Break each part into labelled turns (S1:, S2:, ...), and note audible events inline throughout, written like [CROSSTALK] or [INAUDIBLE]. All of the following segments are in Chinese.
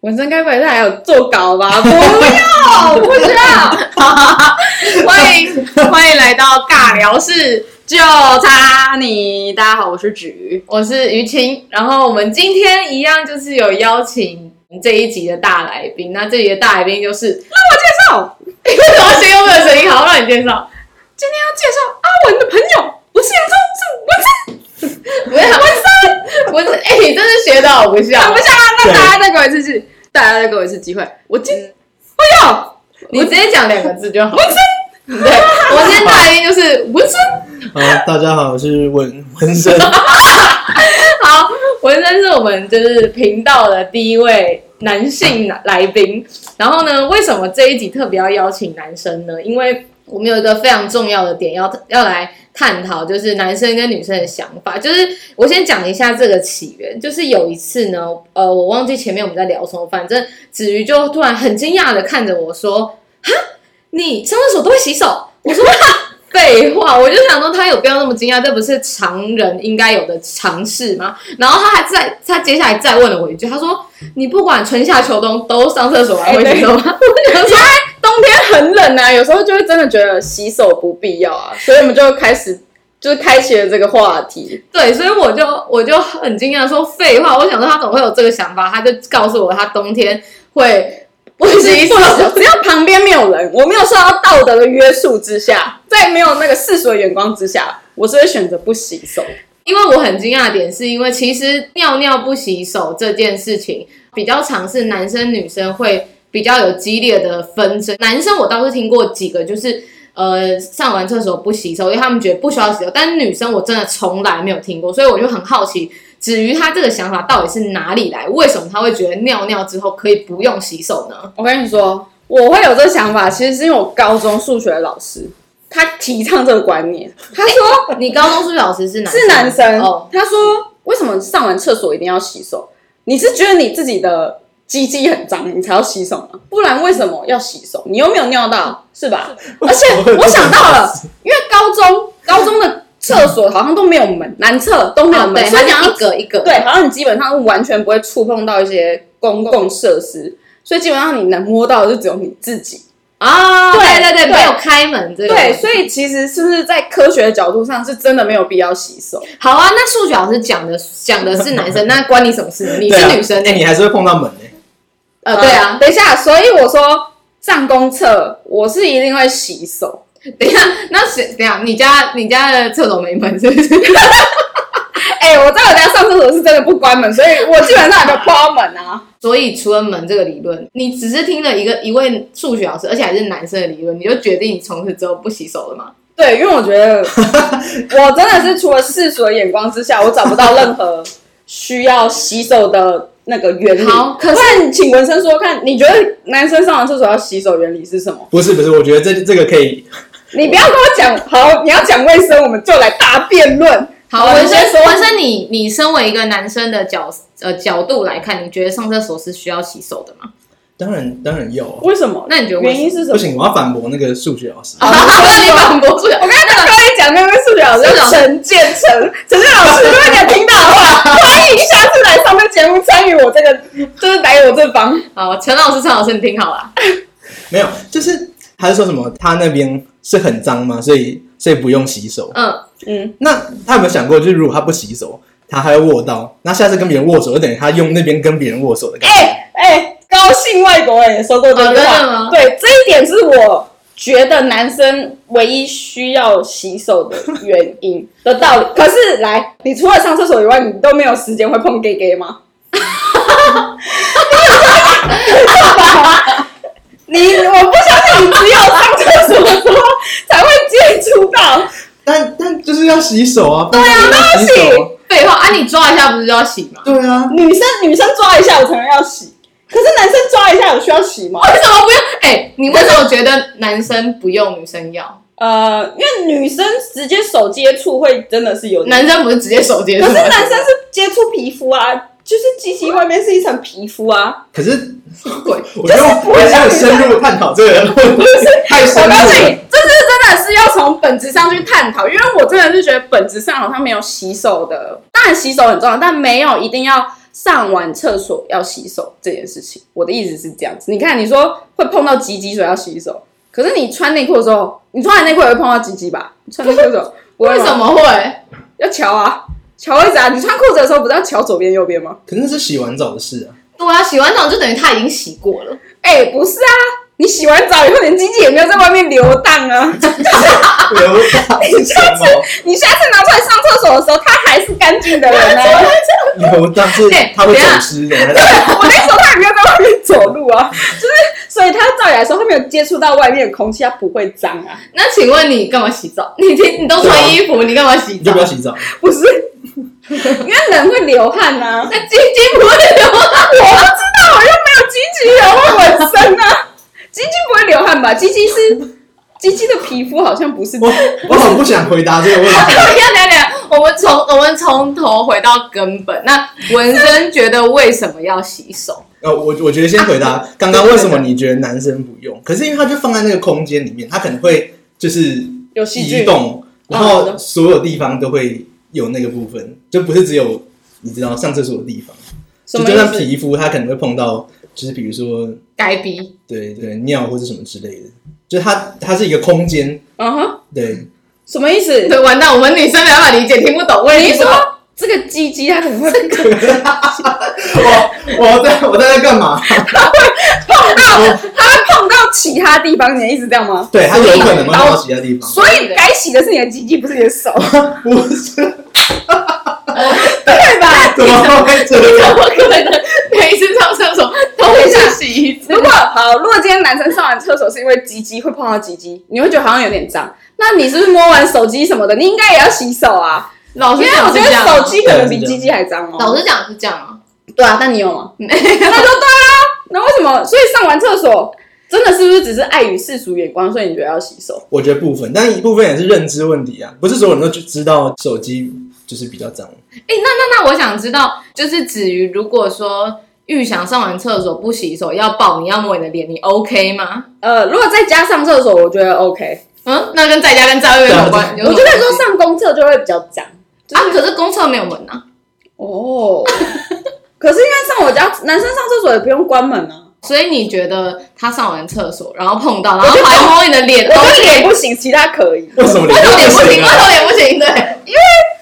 S1: 文生该不会是还有做稿吧？不要，不知道。 [LAUGHS] 欢迎欢迎来到尬聊室，就差你。大家好，我是芷瑜，我是于晴。然后我们今天一样就是有邀请这一集的大来宾，那这里的大来宾就是让我介绍，你 [LAUGHS] 为什么先用我的声音？好，让你介绍。今天要介绍阿文的朋友，不是洋葱，是 [LAUGHS] 文生，文生，文生。哎、你真是学的好不像。
S2: 不像啊，那大家再给我一次机，大家再给我一次机会。我今，哎呦，
S1: 嗯你直接讲两个字就好。文生，对，我今天大来宾就是文生。
S3: [LAUGHS] 好，呃大家好，我是文文生，
S1: 好，文生是我们就是频道的第一位男性来宾。然后呢，为什么这一集特别要邀请男生呢？因为我们有一个非常重要的点要要来探讨，就是男生跟女生的想法。就是我先讲一下这个起源，就是有一次呢，呃，我忘记前面我们在聊什么，反正子瑜就突然很惊讶的看着我说：“哈，你上厕所都会洗手？”我说：“废话，我就想说他有必要那么惊讶，这不是常人应该有的常识吗？然后他还在，他接下来再问了我一句，他说：“你不管春夏秋冬都上厕所还会洗手吗？”我想说，
S2: 冬天很冷啊，有时候就会真的觉得洗手不必要啊，所以我们就开始就是开启了这个话题。
S1: 对，所以我就我就很惊讶说废话，我想说他怎么会有这个想法？他就告诉我他冬天会不洗手，
S2: 只要旁边没有人，我没有受到道德的约束之下，在没有那个世俗的眼光之下，我是会选择不洗手。
S1: 因为我很惊讶的点是因为其实尿尿不洗手这件事情比较常是男生女生会比较有激烈的纷争，男生我倒是听过几个就是。呃，上完厕所不洗手，因为他们觉得不需要洗手。但是呃女生我真的从来没有听过，所以我就很好奇，至于他这个想法到底是哪里来？为什么他会觉得尿尿之后可以不用洗手呢？
S2: [LAUGHS] 我跟你说，我会有这想法，其实是因为我高中数学老师他提倡这个观念，他说。
S1: 你高中数学老师是男
S2: 是男生。
S1: 哦，
S2: 他说为什么上完厕所一定要洗手？你是觉得你自己的鸡鸡很脏，你才要洗手吗？不然为什么要洗手？你又没有尿到，是吧？ [LAUGHS]
S3: [LAUGHS]
S2: 而且我想到了，因为高中高中的厕所好像都没有门，男厕都没有
S1: 哦
S2: 门，
S1: 对，
S2: 所以
S1: 他
S2: 你
S1: 讲
S2: 要
S1: 一个一个，
S2: 对，好像你基本上是完全不会触碰到一些公共设施。所以基本上你能摸到的就只有你自己，
S1: 啊，
S2: 对
S1: 对对，
S2: 对
S1: 没有开门这个，
S2: 对，所以其实是不是在科学的角度上是真的没有必要洗手？
S1: 好啊，那数学老师讲的讲的是男生，那关你什么事呢？你
S3: 对啊
S1: 是女生
S3: 哎、
S1: 欸
S3: 你还是会碰到门呢、
S1: 呃，对啊，
S2: 等一下，所以我说上公厕我是一定会洗手，
S1: 等一下， [LAUGHS] 那谁？等一下，你家你家的厕所没门是不是？
S2: [LAUGHS]
S1: [LAUGHS]
S2: 哎、我在我家上厕所是真的不关门，所以我基本上也没有碰到门啊。
S1: 所以除了门这个理论，你只是听了一个一位数学老师，而且还是男生的理论，你就决定你从此之后不洗手了吗？
S2: 对，因为我
S1: [LAUGHS]
S2: 觉得我真的是除了世俗的眼光之下，我找不到任何需要洗手的那个原理。
S1: 好可是
S2: 那请文生说看，你觉得男生上完厕所要洗手原理是什么？
S3: 不是不是，我觉得这这个可以，
S2: 你不要跟我讲，好，你要讲卫生，我们就来大辩论。
S1: 好，
S2: 我
S1: 文生
S2: 先说，
S1: 文生你，你身为一个男生的角呃角度来看，你觉得上厕所是需要洗手的吗？
S3: 当然当然要啊，
S2: 为什么？
S1: 那你觉得为什么
S2: 原因是什
S3: 不
S2: 么？
S3: 行，我要反驳那个数学老师。
S1: 好，那你反驳数学，我刚才
S2: 刚才讲那位数学老师陈建成，陈建老师，如果你有
S1: [LAUGHS]
S2: 听到的话，欢迎下次来上这节目参与我这个，就是来我这方。
S1: 好，陈老师、陈老师，你听好了。
S3: 没有，就是他是说什么，他那边是很脏嘛，所以所以不用洗手。
S1: 嗯，
S2: 嗯，
S3: 那他有没有想过，就是如果他不洗手，他还会握到，那下次跟别人握手，就等于他用那边跟别人握手的感觉。
S2: 哎、哎、高兴外国人也说过这
S1: 哦
S2: 句
S1: 真
S2: 话，
S1: 的吗
S2: 对，这一点是我觉得男生唯一需要洗手的原因的道理。可是来，你除了上厕所以外，你都没有时间会碰 gay gay 吗？ [LAUGHS] 你我不相信你只有上厕所的时候才会接触到。
S3: 但但就是要洗手啊，对
S2: 啊
S3: 要洗手啊。
S1: 废话啊，你抓一下不是就要洗吗？
S3: 对啊，
S2: 女生女生抓一下我才能要洗，可是男生抓一下有需要洗吗？
S1: 为什么不用？哎、你为什么觉得男生不用，女生要？
S2: 呃，因为女生直接手接触会真的是有点，
S1: 男生不是直接手接触
S2: 可
S1: 吗？
S2: 是男生是接触皮肤啊，就是机器外面是一层皮肤啊。
S3: 可是
S1: 鬼，
S3: [LAUGHS] 我觉得我们要深入探讨这个问题，太深
S2: 我
S3: 入
S2: 告诉
S3: 了
S2: 你。，这是真的是要从本质上去探讨，因为我真的是觉得本质上好像没有洗手的，当然洗手很重要，但没有一定要上完厕所要洗手这件事情。我的意思是这样子，你看你说会碰到鸡鸡所以要洗手，可是你穿内裤的时候，你穿完内裤也会碰到鸡鸡吧？你穿内裤的时候，不会
S1: 为
S2: 吗
S1: 什么会？啊
S2: 要瞧啊？瞧位置啊！你穿裤子的时候不是要瞧左边右边吗？
S3: 可是那是洗完澡的事啊。
S1: 对啊，洗完澡就等于他已经洗过了。
S2: 哎、不是啊，你洗完澡以后，你的鸡鸡也没有在外面流荡啊。 [LAUGHS]
S3: 流荡是什么？
S2: 你下次拿出来上厕所的时候，它还是干净
S3: [LAUGHS]
S2: 的人呢、啊
S3: 流荡是
S1: 哎
S3: 它会
S1: 等一下
S3: 走失的。它
S2: 我那时候他也没有在外面走路啊，就是所以他照理来说，他没有接触到外面的空气，他不会脏啊。
S1: 那请问你干嘛洗澡？你你都穿衣服，你干嘛洗
S3: 你就
S1: 澡
S3: 不？要洗澡。
S2: 不是，因为人会流汗啊。
S1: 那鸡鸡不会流汗，
S2: 我不知道，我又没有鸡鸡油会纹身啊。鸡鸡不会流汗吧？鸡鸡是鸡鸡的皮肤好像不是
S3: 我我很不想回答这个问
S2: [LAUGHS]
S3: 题。
S1: 等一下等一下，我们从我们从头回到根本。那文生觉得为什么要洗手？
S3: 呃，我我觉得先回
S2: 啊
S3: 答刚刚为什么你觉得男生不用？可是因为他就放在那个空间里面，他可能会就是
S2: 有细
S3: 移
S2: 菌。
S3: 动，然
S2: 哦
S3: 后所有地方都会有那个部分，就不是只有你知道上厕所的地方，就
S2: 什么
S3: 就
S2: 意
S3: 算
S2: 思？
S3: 皮肤，它可能会碰到，就是比如说
S1: 该逼
S3: 对对尿或者什么之类的，就是它它是一个空间，
S2: 嗯哼，
S3: 对，
S2: 什么意思？
S1: 对，完蛋，我们女生没办法理解，听不懂。我
S2: 你
S1: 也听不懂
S2: 说这个鸡鸡它可能会
S3: [LAUGHS] 我我在我在那干嘛？
S2: 碰到，它会碰到其他地方，你的意思这样吗？
S3: 对，它有可能会到其他地方，
S2: 所以该洗的是你的鸡鸡，不是你
S1: [LAUGHS]
S2: 的手，
S3: 不是啊
S2: 对吧？
S3: 怎么会这样？
S1: 怎么可能每一次上厕所都会去洗一次？
S2: 如果好，如果今天男生上完厕所是因为鸡鸡会碰到鸡鸡，你会觉得好像有点脏。那你是不是摸完手机什么的，你应该也要洗手啊？
S1: 老
S2: 因
S1: 师
S2: 为我
S1: 讲
S2: 觉
S1: 是
S2: 得
S1: 这样啊，
S2: 手机可能比鸡鸡还脏哦。
S1: 老师讲是这样啊，
S2: 对啊，但你有吗？啊那为什么？所以上完厕所真的是不是只是碍于世俗眼光，所以你觉得要洗手？
S3: 我觉得部分，但一部分也是认知问题啊，不是所有人都知道手机就是比较脏。
S1: 哎、那那那我想知道，就是子瑜，如果说玉想上完厕所不洗手要抱你要摸你的脸，你 OK 吗？
S2: 呃，如果在家上厕所，我觉得 OK。
S1: 嗯，那跟在家跟在外面有关？
S3: 对
S2: 啊我觉得说上公厕就会比较脏。
S1: 啊，可是公厕没有门啊，
S2: 哦，可是因为上我家男生上厕所也不用关门啊。
S1: 所以你觉得他上完厕所然后碰到，然
S2: 我
S1: 后
S2: 觉得
S1: 还摸你的脸
S2: 我觉得
S1: ，OK？
S2: 脸不行，其他可以。
S3: 为什么
S1: 为
S3: 脸
S1: 什么脸不行？为什
S3: 啊？
S1: 么脸不行？对，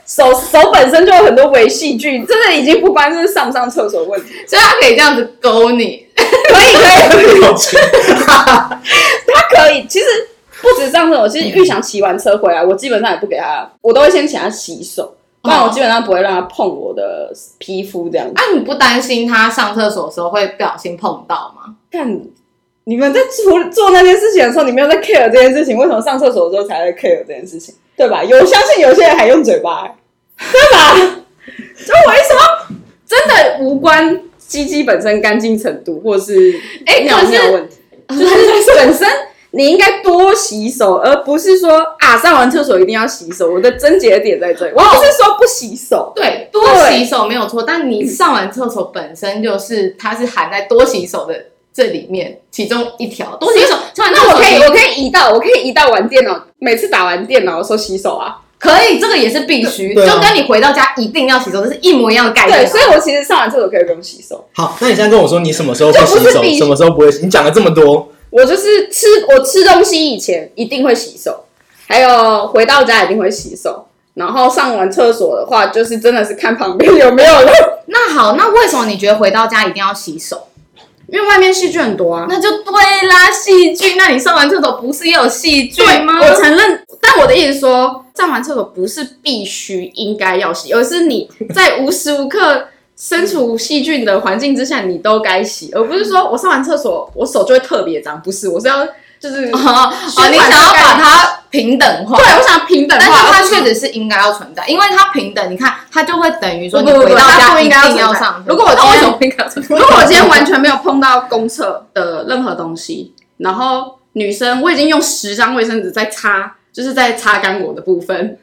S2: 手手本身就有很多微细菌，真的已经不关就是上不上厕所问题。
S1: 所以他可以这样子勾你，
S2: 可以可以，
S3: 好奇
S2: 他可以。其实不止上厕所，其实玉祥骑完车回来，我基本上也不给他，我都会先请他洗手，不然我基本上不会让他碰我的皮肤这样子。
S1: 啊，你不担心他上厕所的时候会不小心碰到吗？
S2: 看你们在处做那件事情的时候，你没有在 care 这件事情，为什么上厕所的时候才在 care 这件事情？对吧？有相信有些人还用嘴巴、欸，对吧？ [LAUGHS] 就我一说，真的无关鸡鸡本身干净程度，或是哦
S1: 哎
S2: 尿
S1: 可是
S2: 尿问题，就是 [LAUGHS] 本身。你应该多洗手，而不是说啊上完厕所一定要洗手。我的症结点在这里，我不是说不洗手，
S1: 对，多洗手没有错，但你上完厕所本身就是它是含在多洗手的这里面其中一条，多洗手。上完厕
S2: 那
S1: 所
S2: 我可以
S1: 其实
S2: 我可以移到我可以移到玩电脑，每次打完电脑的时候洗手啊。
S1: 可以，这个也是必须，
S3: 对啊
S1: 就跟你回到家一定要洗手，这是一模一样的概念啊。
S2: 对，所以我其实上完厕所可以不用洗手，
S3: 好，那你现在跟我说你什么时候会洗
S2: 这不
S3: 手
S2: 是，比
S3: 什么时候不会洗？你讲了这么多，
S2: 我就是吃我吃东西以前一定会洗手，还有回到家一定会洗手。然后上完厕所的话，就是真的是看旁边有没有人，
S1: 那好，那为什么你觉得回到家一定要洗手？
S2: 因为外面细菌很多啊。
S1: [LAUGHS] 那就对啦，细菌。那你上完厕所不是也有细菌
S4: 对
S1: 吗？
S4: 我承认，但我的意思说，上完厕所不是必须应该要洗，而是你在无时无刻身处细菌的环境之下，你都该洗，而不是说我上完厕所我手就会特别脏，不是，我是要
S1: [LAUGHS]
S4: 就是。
S1: [LAUGHS] 哦，哦，你
S4: 循环
S1: 想要
S4: 的概
S1: 把
S4: 念
S1: 它平等化
S4: 对，。我想平等
S1: 但是
S4: 化，
S1: 它
S4: 而不是
S1: 确实是应该要存在，因为它平等，你看它就会等于说你
S4: 不不
S1: 回
S4: 不，
S1: 到
S4: 它
S1: 家
S4: 不
S1: 一
S4: 应
S1: 定
S4: 该
S1: 要
S4: 存在
S1: 上。
S4: 如果我今
S1: 那为
S4: 天
S1: 什么不应该上？
S4: 如果我今天完全没有碰到公厕的任何东西，然后女生我已经用十张卫生纸在擦，就是在擦干我的部分，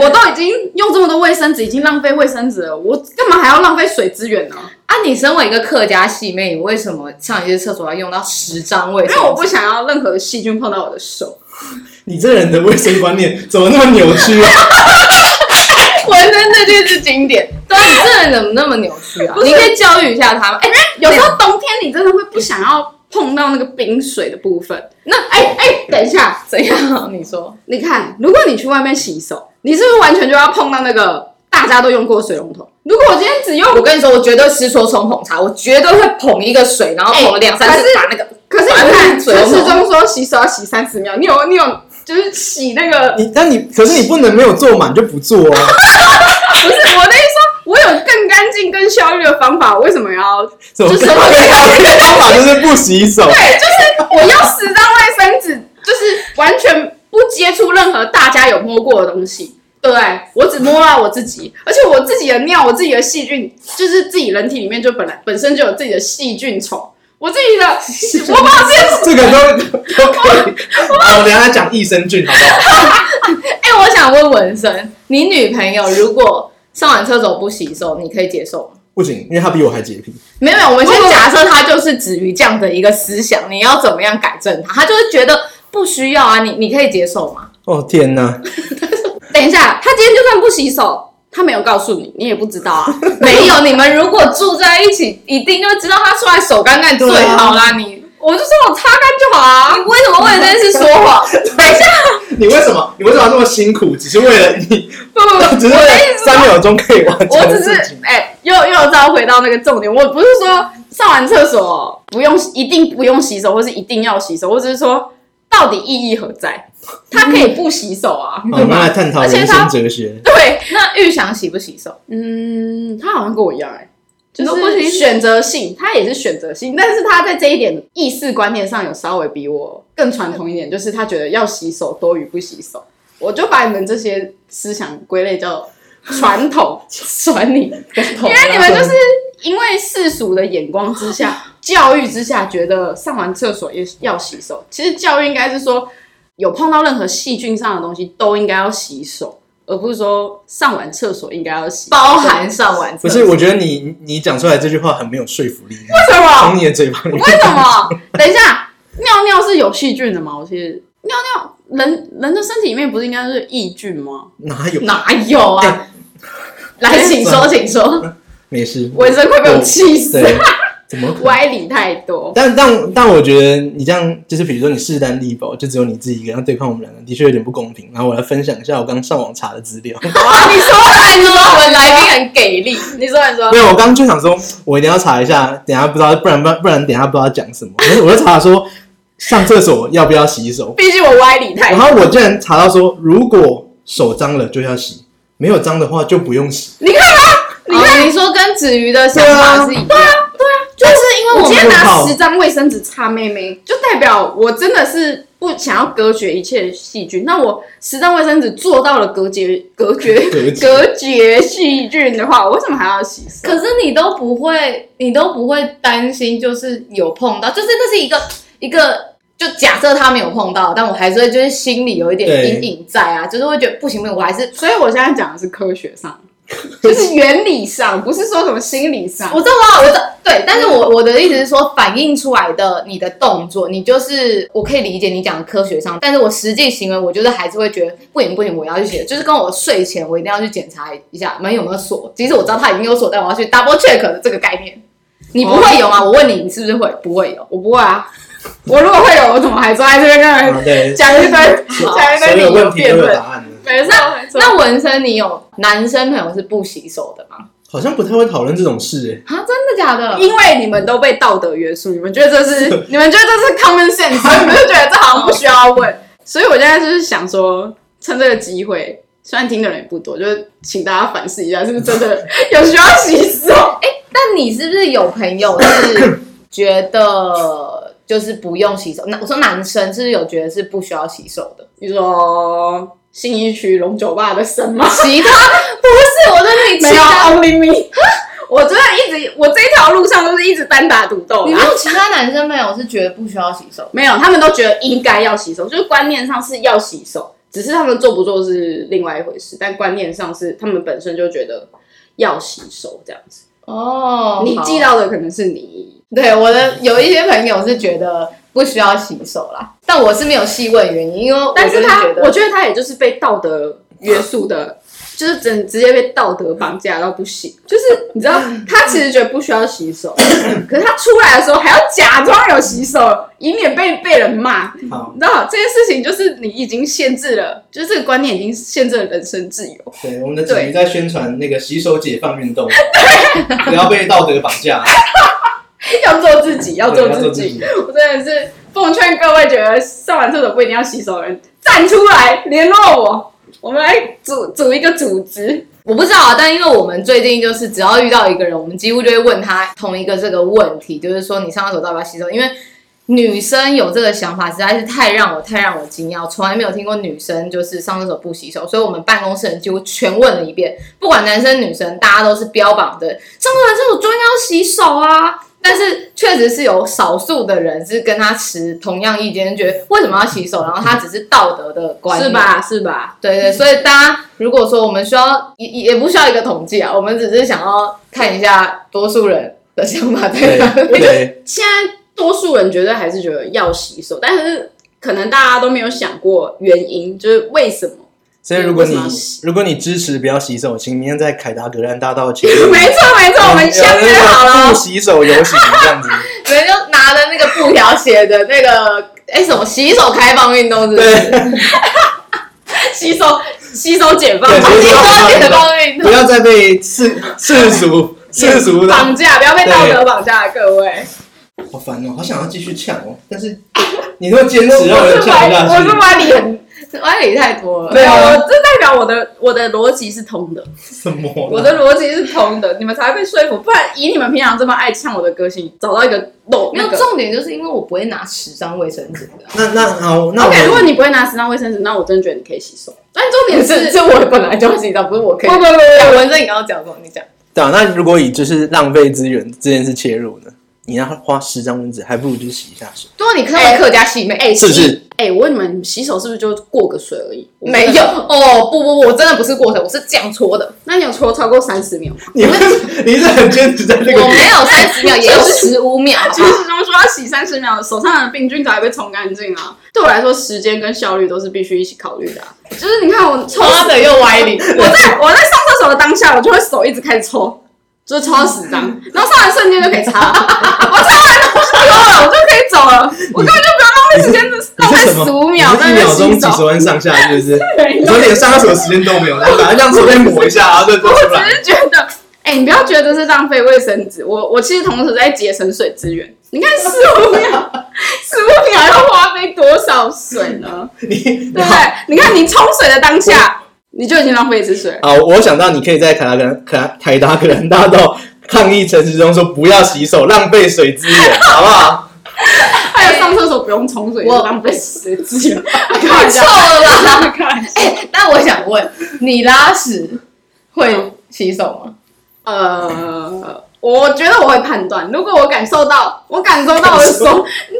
S4: 我都已经用这么多卫生纸，已经浪费卫生纸了，我干嘛还要浪费水资源呢？
S1: 啊，你身为一个客家系妹，你为什么上一次厕所要用到十张卫
S4: 因
S1: 生
S4: 为
S1: 纸？
S4: 我不想要任何细菌碰到我的手。
S3: 你这人的卫生观念怎么那么扭曲啊？
S1: 纹身真这句是经典。对啊，你这人怎么那么扭曲啊？你可以教育一下他们。哎、
S2: 有时候冬天你真的会不想要碰到那个冰水的部分。那哎哎、等一下，
S1: 怎样？你说
S2: 你看，如果你去外面洗手，你是不是完全就要碰到那个大家都用过的水龙头？如果我今天只用，
S5: 我跟你说，我绝对失手冲捧茶，我绝对会捧一个水，然后
S2: 哎
S5: 捧了两三
S2: 可
S5: 次
S2: 是，
S5: 把那个
S2: 可是你
S5: 反
S2: 看，
S5: 正水
S2: 陈
S5: 龙头
S2: 时中说洗手要洗三十秒，你有你有就是洗那个，
S3: 你但你可是你不能没有做满就不做啊，
S2: 不是我的意思说，我有更干净、更效率的方法，我为什么要？
S3: 怎么
S2: 就
S3: 跟
S2: 是
S3: 他跟方法就是不洗手，
S2: 对，就是我要十张卫生纸，就是完全不接触任何大家有摸过的东西，对不对？我只摸到我自己，而且我自己的尿，我自己的细菌，就是自己人体里面就本来本身就有自己的细菌虫，我自己的，我把我自
S3: 这
S2: 己的
S3: 个都 [LAUGHS] 都可以。好，我等一下讲益生菌好不好？
S1: 哎、我想问文生，你女朋友如果上完厕所不洗手，你可以接受吗？
S3: 不行，因为他比我还洁癖。
S1: 没有，没有，我们先
S2: 不不
S1: 假设他就是止于这样的一个思想，你要怎么样改正他？他就是觉得不需要啊，你你可以接受吗？
S3: 哦天哪，
S2: 等一下，他今天就算不洗手，他没有告诉你，你也不知道啊。
S1: [LAUGHS] 没有，你们如果住在一起，一定就会知道他出来手干干最
S3: 对啊
S1: 好啦。你
S2: 我就说我擦干就好啊。
S1: 你为什么为了这件事说谎？ [LAUGHS] 等一下，
S3: 你为什么你为什么要那么辛苦？只是为了你，
S2: 不不
S3: [LAUGHS]
S2: 不，
S3: [LAUGHS] 只是为了三秒钟可以完成
S2: 我
S3: 的
S2: 只是
S3: 事情。
S2: 哎、又又再回到那个重点，我不是说上完厕所不用一定不用洗手，或是一定要洗手，我只是说到底意义何在？他可以不洗手啊，
S3: 好，我们来探讨
S2: 而且
S3: 人
S2: 他
S3: 生哲学。
S2: [LAUGHS] 对，
S1: 嗯那玉祥洗不洗手？
S2: 嗯，他好像跟我一样哎、就
S1: 你都不
S2: 是
S1: 洗
S2: 选择性，他也是选择性，但是他在这一点意识观念上有稍微比我更传统一点，就是他觉得要洗手多于不洗手。我就把你们这些思想归类叫传统，
S1: 甩你个头！因
S2: 因为你们就是因为世俗的眼光之下、
S1: [LAUGHS]
S2: 教育之下，觉得上完厕所也要洗手。其实教育应该是说，有碰到任何细菌上的东西都应该要洗手，而不是说上完厕所应该要洗手。
S1: 包含上完
S3: 不
S1: 厕所
S3: 是，我觉得你你讲出来这句话很没有说服力。
S2: 为
S1: [LAUGHS]
S2: 什么？
S3: 从你的嘴巴里面
S2: 啊为，什么？等一下，尿尿是有细菌的吗？我其实尿尿，人人的身体里面不是应该是抑菌吗？
S3: 哪有？
S1: 哪有啊？哎来，请说，请说。
S3: 没事，
S2: 纹身快被我气死，
S3: 哎哦对，怎么可能？
S2: 歪理太多。
S3: 但但但我觉得你这样就是，比如说你势单力薄，就只有你自己一个人要对抗我们两个，的确有点不公平。然后我来分享一下我刚上网查的资料，
S1: 你说来，你说我们来宾很给力。
S2: 你说，你说
S3: [LAUGHS] 没，有，我刚刚就想说，我一定要查一下，等一下不知道，不然不然不然等一下不知道讲什么。我就我就查说上厕所要不要洗手，
S2: 毕竟我歪理太
S3: 然
S2: 多。
S3: 后我竟然查到说，如果手脏了就要洗，没有脏的话就不用洗。
S2: 你看吧，你看，啊
S1: 哦你说跟子瑜的想法是一样，啊
S2: 就是因为我今天拿
S3: 我
S2: 十张卫生纸擦妹妹，就代表我真的是不想要隔绝一切细菌。那我十张卫生纸做到了隔绝、 [LAUGHS] 隔绝、
S3: 隔绝
S2: 隔绝细菌的话，我为什么还要洗手？
S1: [LAUGHS] 可是你都不会，你都不会担心，就是有碰到，就是那是一个一个。就假设他没有碰到，但我还是会就是心里有一点
S3: 对
S1: 阴影在啊，就是会觉得不行不行，我还是
S2: 所以我现在讲的是科
S1: [LAUGHS]
S2: 学上，就是原理上，不是说什么心理上。
S1: 我知道啊，我知道，对，但是我我的意思是说，反映出来的你的动作，你就是我可以理解你讲的科学上，但是我实际行为，我就是还是会觉得不行不行，我要去写，就是跟我睡前我一定要去检查一下门有没有锁，即使我知道它已经有锁，但我要去 double check 的这个概念，你不会有吗？我问你，你是不是会？不会有。
S2: 我不会啊，我如果会有，我怎么还坐在这边跟
S3: 啊
S2: 人
S3: 对，
S2: 讲一
S3: [LAUGHS]
S2: 堆
S1: [LAUGHS]
S2: 讲一堆
S3: 所
S2: 理
S3: 有
S2: 由
S3: 问题
S2: 辩
S3: 都有
S2: 论？
S3: 答案了，
S2: 没错，啊没错。
S1: 那纹身，你有男生朋友是不洗手的吗？
S3: 好像不太会讨论这种事、欸。
S1: 啊，真的假的？
S2: [LAUGHS] 因为你们都被道德约束，你们觉得这是你们觉得这是 common sense，所以你们就觉得这好像不需要问。所以我现在就是想说，趁这个机会，虽然听的人也不多，就是请大家反思一下，是不是真的有需要洗手？
S1: 但你是不是有朋友是觉得就是不用洗手？那我说男生是不是有觉得是不需要洗手的？
S2: 你说信义区龙酒吧的神吗？
S1: 其他不是我对你其他，
S2: ，Only me。我 [LAUGHS] 真的一直，我这条路上都是一直单打独斗
S1: 你
S2: 啦
S1: 没。有其他男生朋友是觉得不需要洗手，
S2: 没有，他们都觉得应该要洗手，就是观念上是要洗手，只是他们做不做是另外一回事，但观念上是他们本身就觉得要洗手这样子。
S1: 哦
S2: 你记到的可能是你，
S1: 对我的有一些朋友是觉得不需要洗手啦，但我是没有细问原因，因为我
S2: 但
S1: 就是
S2: 他
S1: 觉，得
S2: 我觉得他也就是被道德约束的就是整直接被道德绑架到不行。就是你知道，他其实觉得不需要洗手，
S1: [LAUGHS]
S2: 可是他出来的时候还要假装有洗手，以免被被人骂。
S3: 好，
S2: 你知道这件事情就是你已经限制了，就是这个观念已经限制了人身自由。
S3: 对，我们的子瑜在宣传那个洗手解放运
S2: [LAUGHS]
S3: 动，不要被道德绑架，
S2: 要做自己，要做
S3: 对
S2: 自己。。 [LAUGHS] 我真的是奉劝各位觉得上完厕所不一定要洗手的人，站出来联络我，我们来组组一个组织。
S1: 我不知道啊，但因为我们最近就是只要遇到一个人，我们几乎就会问他同一个这个问题，就是说你上厕所到底要不要洗手？因为女生有这个想法实在是太让我太让我惊讶，我从来没有听过女生就是上厕所不洗手，所以我们办公室人几乎全问了一遍，不管男生女生，大家都是标榜的上完厕所就应该要洗手啊。但是确实是有少数的人是跟他持同样意见，就觉得为什么要洗手，然后他只是道德的观念，
S2: 是吧？是吧？
S1: 对对，所以大家如果说我们需要也也也不需要一个统计啊，我们只是想要看一下多数人的想法
S3: 对
S1: 对吧？
S2: [LAUGHS]
S3: 对，
S2: 现在多数人觉得还是觉得要洗手，但是可能大家都没有想过原因，就是为什么？
S3: 所以如果
S2: 为
S3: 你
S2: 什么，
S3: 如果你支持不要洗手，请明天在凯达格兰大道前
S2: 没错，没
S3: 嗯
S2: 错，我们相约
S3: 有
S2: 好
S3: 那个
S2: 了
S3: 不。洗手游行这
S2: [LAUGHS]
S3: 样子，
S1: 你们就拿着那个布条写的那个哎什么洗手开放运动是不是？
S3: 对
S2: [LAUGHS] 吸收吸收解放
S3: 对，
S1: 洗
S3: 吸
S1: 手
S3: 收
S1: 开放运
S3: 不
S1: 动。
S3: 要再被世世
S2: [LAUGHS]
S3: 俗世俗的
S2: 绑架，不要被道德绑架了，各位。
S3: 好烦哦，好想要继续呛哦，但是你那么坚持让
S2: 我
S3: 人
S2: 是
S3: 呛下
S2: 歪，我
S3: 去
S2: 是，歪理很
S1: [LAUGHS] 歪理太多了，
S2: 没
S3: 对
S2: 有，
S3: 啊
S2: 我这代表我的我的逻辑是通的，
S3: 什么啊？
S2: 我的逻辑是通的，你 [LAUGHS] 们才会被说服，不然以你们平常这么爱呛我的个性，找到一个漏
S1: 没有
S2: 那个。
S1: 重点就是因为我不会拿十张卫生纸的，
S3: 那那好，那我
S2: OK，如果
S3: 们
S2: 你不会拿十张卫生纸，那我真的觉得你可以 [LAUGHS] 洗手。但重点
S1: 也
S2: 是，
S1: 这我本来就要洗澡，不是我可以。
S2: 不不
S1: 讲文正，你刚刚讲什么？你讲。
S3: 对啊，那如果以就是浪费资源这件事切入呢，你要花十张蚊子，还不如就洗一下手，
S1: 对啊，你看到客家戏妹，哎、
S3: 是不
S2: [LAUGHS]
S3: 是？
S2: 哎，我问你们，洗手是不是就过个水而已？我
S1: 没有。哦，不不不，我真的不是过程，我是这样搓的。
S2: 那你有搓超过三十秒吗？
S3: 你是你是很坚持在这
S1: 我
S3: 个
S1: 没有三十秒，也有十五秒，好不
S2: [LAUGHS] 就
S1: 好
S2: 是他们说要洗三十秒，手上的病菌才会被冲干净啊。对我来说，时间跟效率都是必须一起考虑的啊、就是你看我抽
S1: 花的又歪理。
S2: 我 [LAUGHS] 在我在上厕所的当下，我就会手一直开始抽，就是抽到十
S3: 嗯
S2: 张，然后上完瞬间就可以擦，我擦完就抽了，我就可以走了，我根本就不要浪费时间，浪
S3: 你
S2: 费
S3: 是什么
S2: 十五秒
S3: 你是
S2: 在
S3: 一
S2: 那边
S3: 秒钟
S2: 洗
S3: 几十
S2: 手。
S3: 万上下，是不是？
S2: 对
S3: 你说连上厕所的时间都没有，然后把它这样随便抹一下，然后再做出
S2: 我只
S3: 来。
S2: 是觉得，哎、你不要觉得这是浪费卫生纸，我我其实同时在节省水资源。你看十五秒，十五秒要花费多少水呢？
S3: 你
S2: 对不对？你看你冲水的当下，你就已经浪费一次水了。
S3: 好，啊我想到你可以在凯达格兰凯凯达格兰大道 [LAUGHS] 抗议陈时中说不要洗手，浪费水资源，好不好？ [LAUGHS]
S2: 还哎有上厕所不用冲水，
S1: 我
S2: 也是浪费水资
S3: [LAUGHS]
S2: 源。
S1: 太
S2: [LAUGHS]
S1: 臭了吧！
S2: 看一下，
S1: 但我想问，你拉屎
S2: [LAUGHS]
S1: 会洗手吗？
S2: 呃，我觉得我会判断，如果我感受到，我感受到我的手，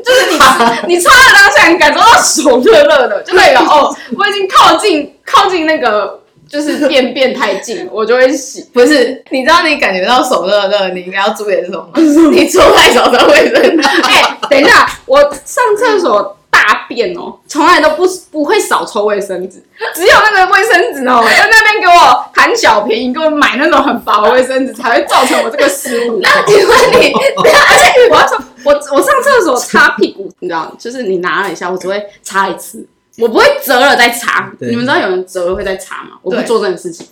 S2: 就是你 [LAUGHS] 你擦了当下，你感受到手热热的，就代 [LAUGHS] 表哦，我已经靠近靠近那个就是便便太 [LAUGHS] 近，我就会洗。
S1: 不是，你知道你感觉到手热热，你应该要注意的是什么吗？你搓太少的卫生纸。
S2: 哎、等一下，我上厕所大便哦，从来都不不会少抽卫生纸，只有那个卫生纸哦，在那边给我贪小便宜，给我买那种很薄的卫生纸，才会造成我这个失 [LAUGHS] 误。
S1: 那请问你，
S2: 而且我要说，我我上厕所擦屁股，你知道，就是你拿了一下，我只会擦一次，我不会折了再擦。
S3: 对
S2: 你们知道有人折了会再擦吗？我不
S1: 对
S2: 做这种事情，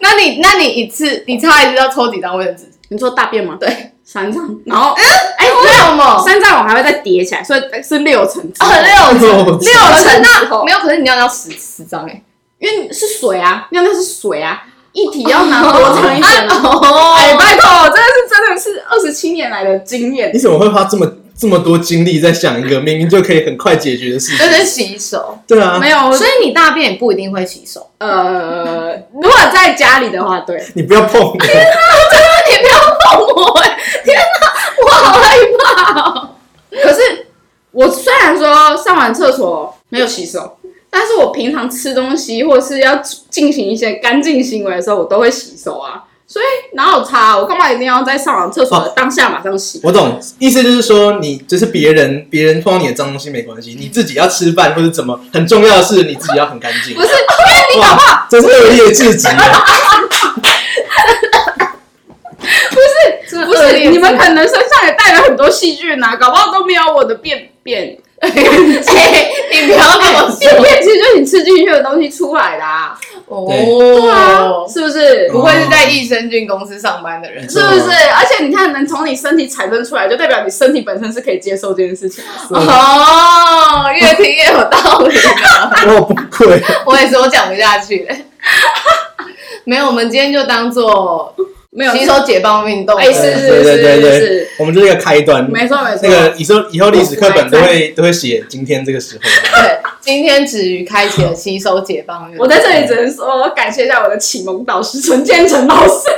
S1: 那你那你一次你擦一次要抽几张卫生纸？
S2: 你说大便吗？
S1: 对，
S2: 三张，然后
S1: 哎，为什么？
S2: 三张我还会再叠起来，所以是六层之
S1: 哦，
S2: 后。
S1: 六层，
S3: 六
S1: 六层那
S2: 层
S1: 没有，可是你要要十十张哎。
S2: 因为是水啊，尿尿是水啊，一体要拿多长一点啊。
S1: 哦
S2: 哎，拜托，真的是真的是二十七年来的经验
S3: 你。怎么会花这么这么多精力在想一个明明就可以很快解决的事情？
S1: 就是洗手，
S3: 对啊
S2: 没，有，我
S1: 所以你大便也不一定会洗手。
S2: 呃，如果在家里的话，对，
S3: 你不要碰我， [LAUGHS]
S1: 你不要碰我、天哪，我好害怕、哦。
S2: 可是我虽然说上完厕所没有洗手，但是我平常吃东西或是要进行一些干净行为的时候，我都会洗手啊。所以哪有差？我干嘛一定要在上完厕所的当下马上洗？
S3: 我懂，意思就是说，你就是别人，别人碰到你的脏东西没关系，你自己要吃饭或者怎么很重要的事，你自己要很干净
S2: 不。是，因为你搞不好
S3: 真是恶劣至极啊。
S2: 不是你们可能身上也带了很多细菌啊，搞不好都没有我的便
S1: [LAUGHS]
S2: 便。
S1: 你不要跟
S2: [LAUGHS]
S1: 我
S2: 便便其实就是你吃进去的东西出来的啊，对啊，
S6: 哦，
S2: 是不是？
S1: 不会是在益生菌公司上班的人，
S2: 是不是？
S3: 啊
S2: 而且你看，能从你身体产生出来，就代表你身体本身是可以接受这件事情的。
S1: 哦，越听越有道理。
S3: 我崩溃。 [LAUGHS]
S1: 我也是，我讲不下去 [LAUGHS] 了。没有，我们今天就当做
S2: 没有
S1: 洗手解放运动。
S2: 哎是
S3: 对对对
S2: 是
S3: 对
S2: 是
S3: 我们就是一个开端。
S2: 没错没错，
S3: 那个以后以后历史课本都会都会写今天这个时候。
S1: 对，今天子瑜开启了洗手解放运动。
S2: 我在这里只能说感谢一下我的启蒙导师陈建成老师。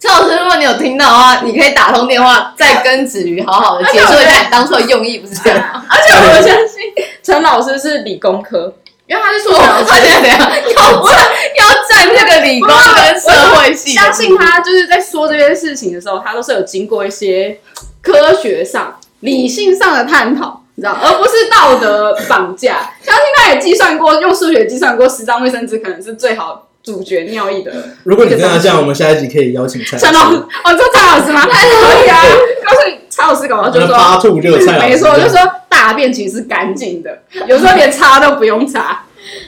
S1: 陈老师，如果你有听到的话，你可以打通电话，再跟子瑜好好的解说一下你当初的用意，不是这样？
S2: 而且我相信，
S7: 陈老师是理工科，
S2: 因为他是数学老师
S1: 而且等一下要站哦要站这个理工跟社会系的
S2: 相信他就是在说这件事情的时候，他都是有经过一些科学上、理性上的探讨，你知道，而不是道德绑架。相信他也计算过，用数学计算过，十张卫生纸可能是最好主角
S1: [LAUGHS]
S2: 尿液的。
S3: 如果你真的这样，我们下一集可以邀请蔡
S2: 陈老 [LAUGHS] 师，
S3: 老
S2: 哦，你说蔡
S1: [LAUGHS]
S2: 老师吗？他可以啊，告诉你，蔡老师搞到
S3: 师，
S1: 啊
S2: 就
S3: 我们八兔
S2: 说。
S3: 就有蔡老师。
S2: 没错，我就说大便其实是干净的，有时候连擦都不用擦。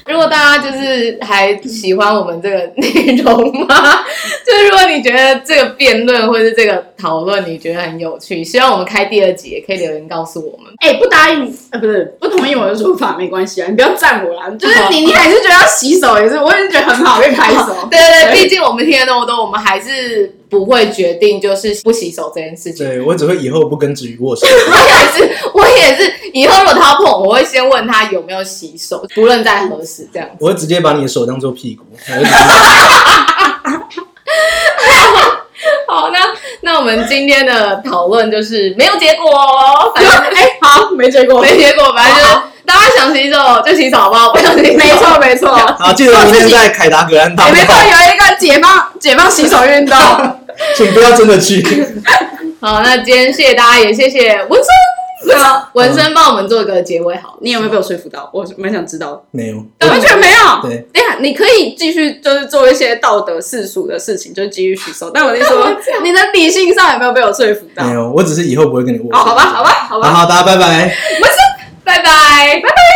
S1: 如果大家就是还喜欢我们这个内容吗？就是如果你觉得这个辩论或是这个讨论你觉得很有趣，希望我们开第二集，也可以留言告诉我们。
S2: 哎、不答应，呃，不是不同意我的说法没关系啊，你不要赞我啦。就是你，你还是觉得要洗手也是，我也是觉得很好，可以拍手。
S1: 对对对，毕竟我们听了那么多，我们还是不会决定就是不洗手这件事情。
S3: 对我只会以后不跟子瑜握
S2: [LAUGHS]
S3: 手。
S1: [LAUGHS] 我也是，我也是，以后如果他碰我，我会先问他有没有洗手，不论在何时这样。
S3: 我会直接把你的手当做屁股，我就
S1: 好，那那我们今天的讨论就是没有结果哦，反
S2: 就
S1: 正
S2: 哎、好，没结果。
S1: [LAUGHS] 没结果，反正就是大家想洗手就洗手，好不好？不想洗手，
S2: 没错，没错。
S3: 好，
S2: [LAUGHS]
S3: 记得明天在凯达格兰大
S2: 哎
S3: 道
S2: 没，错，有一个解放解放洗手运动。
S3: 请不要真的去。
S1: 好，那今天谢谢大家，也谢谢文生，文生帮我们做个结尾好了。
S2: [LAUGHS] 你有没有被我说服到？我蛮想知道的。
S3: 没有，
S2: 完全没有。
S3: 对，
S2: 等一下你可以
S1: [LAUGHS]
S2: 继续就是做一些道德世俗的事情，就是继续吸收。但我跟你 [LAUGHS] 说，你的理性上有没有被我说服到？
S3: 没有，我只是以后不会跟你握手。
S2: 哦，好吧，好吧，好吧
S3: 好，，好，大家拜拜。
S1: 拜拜，拜拜。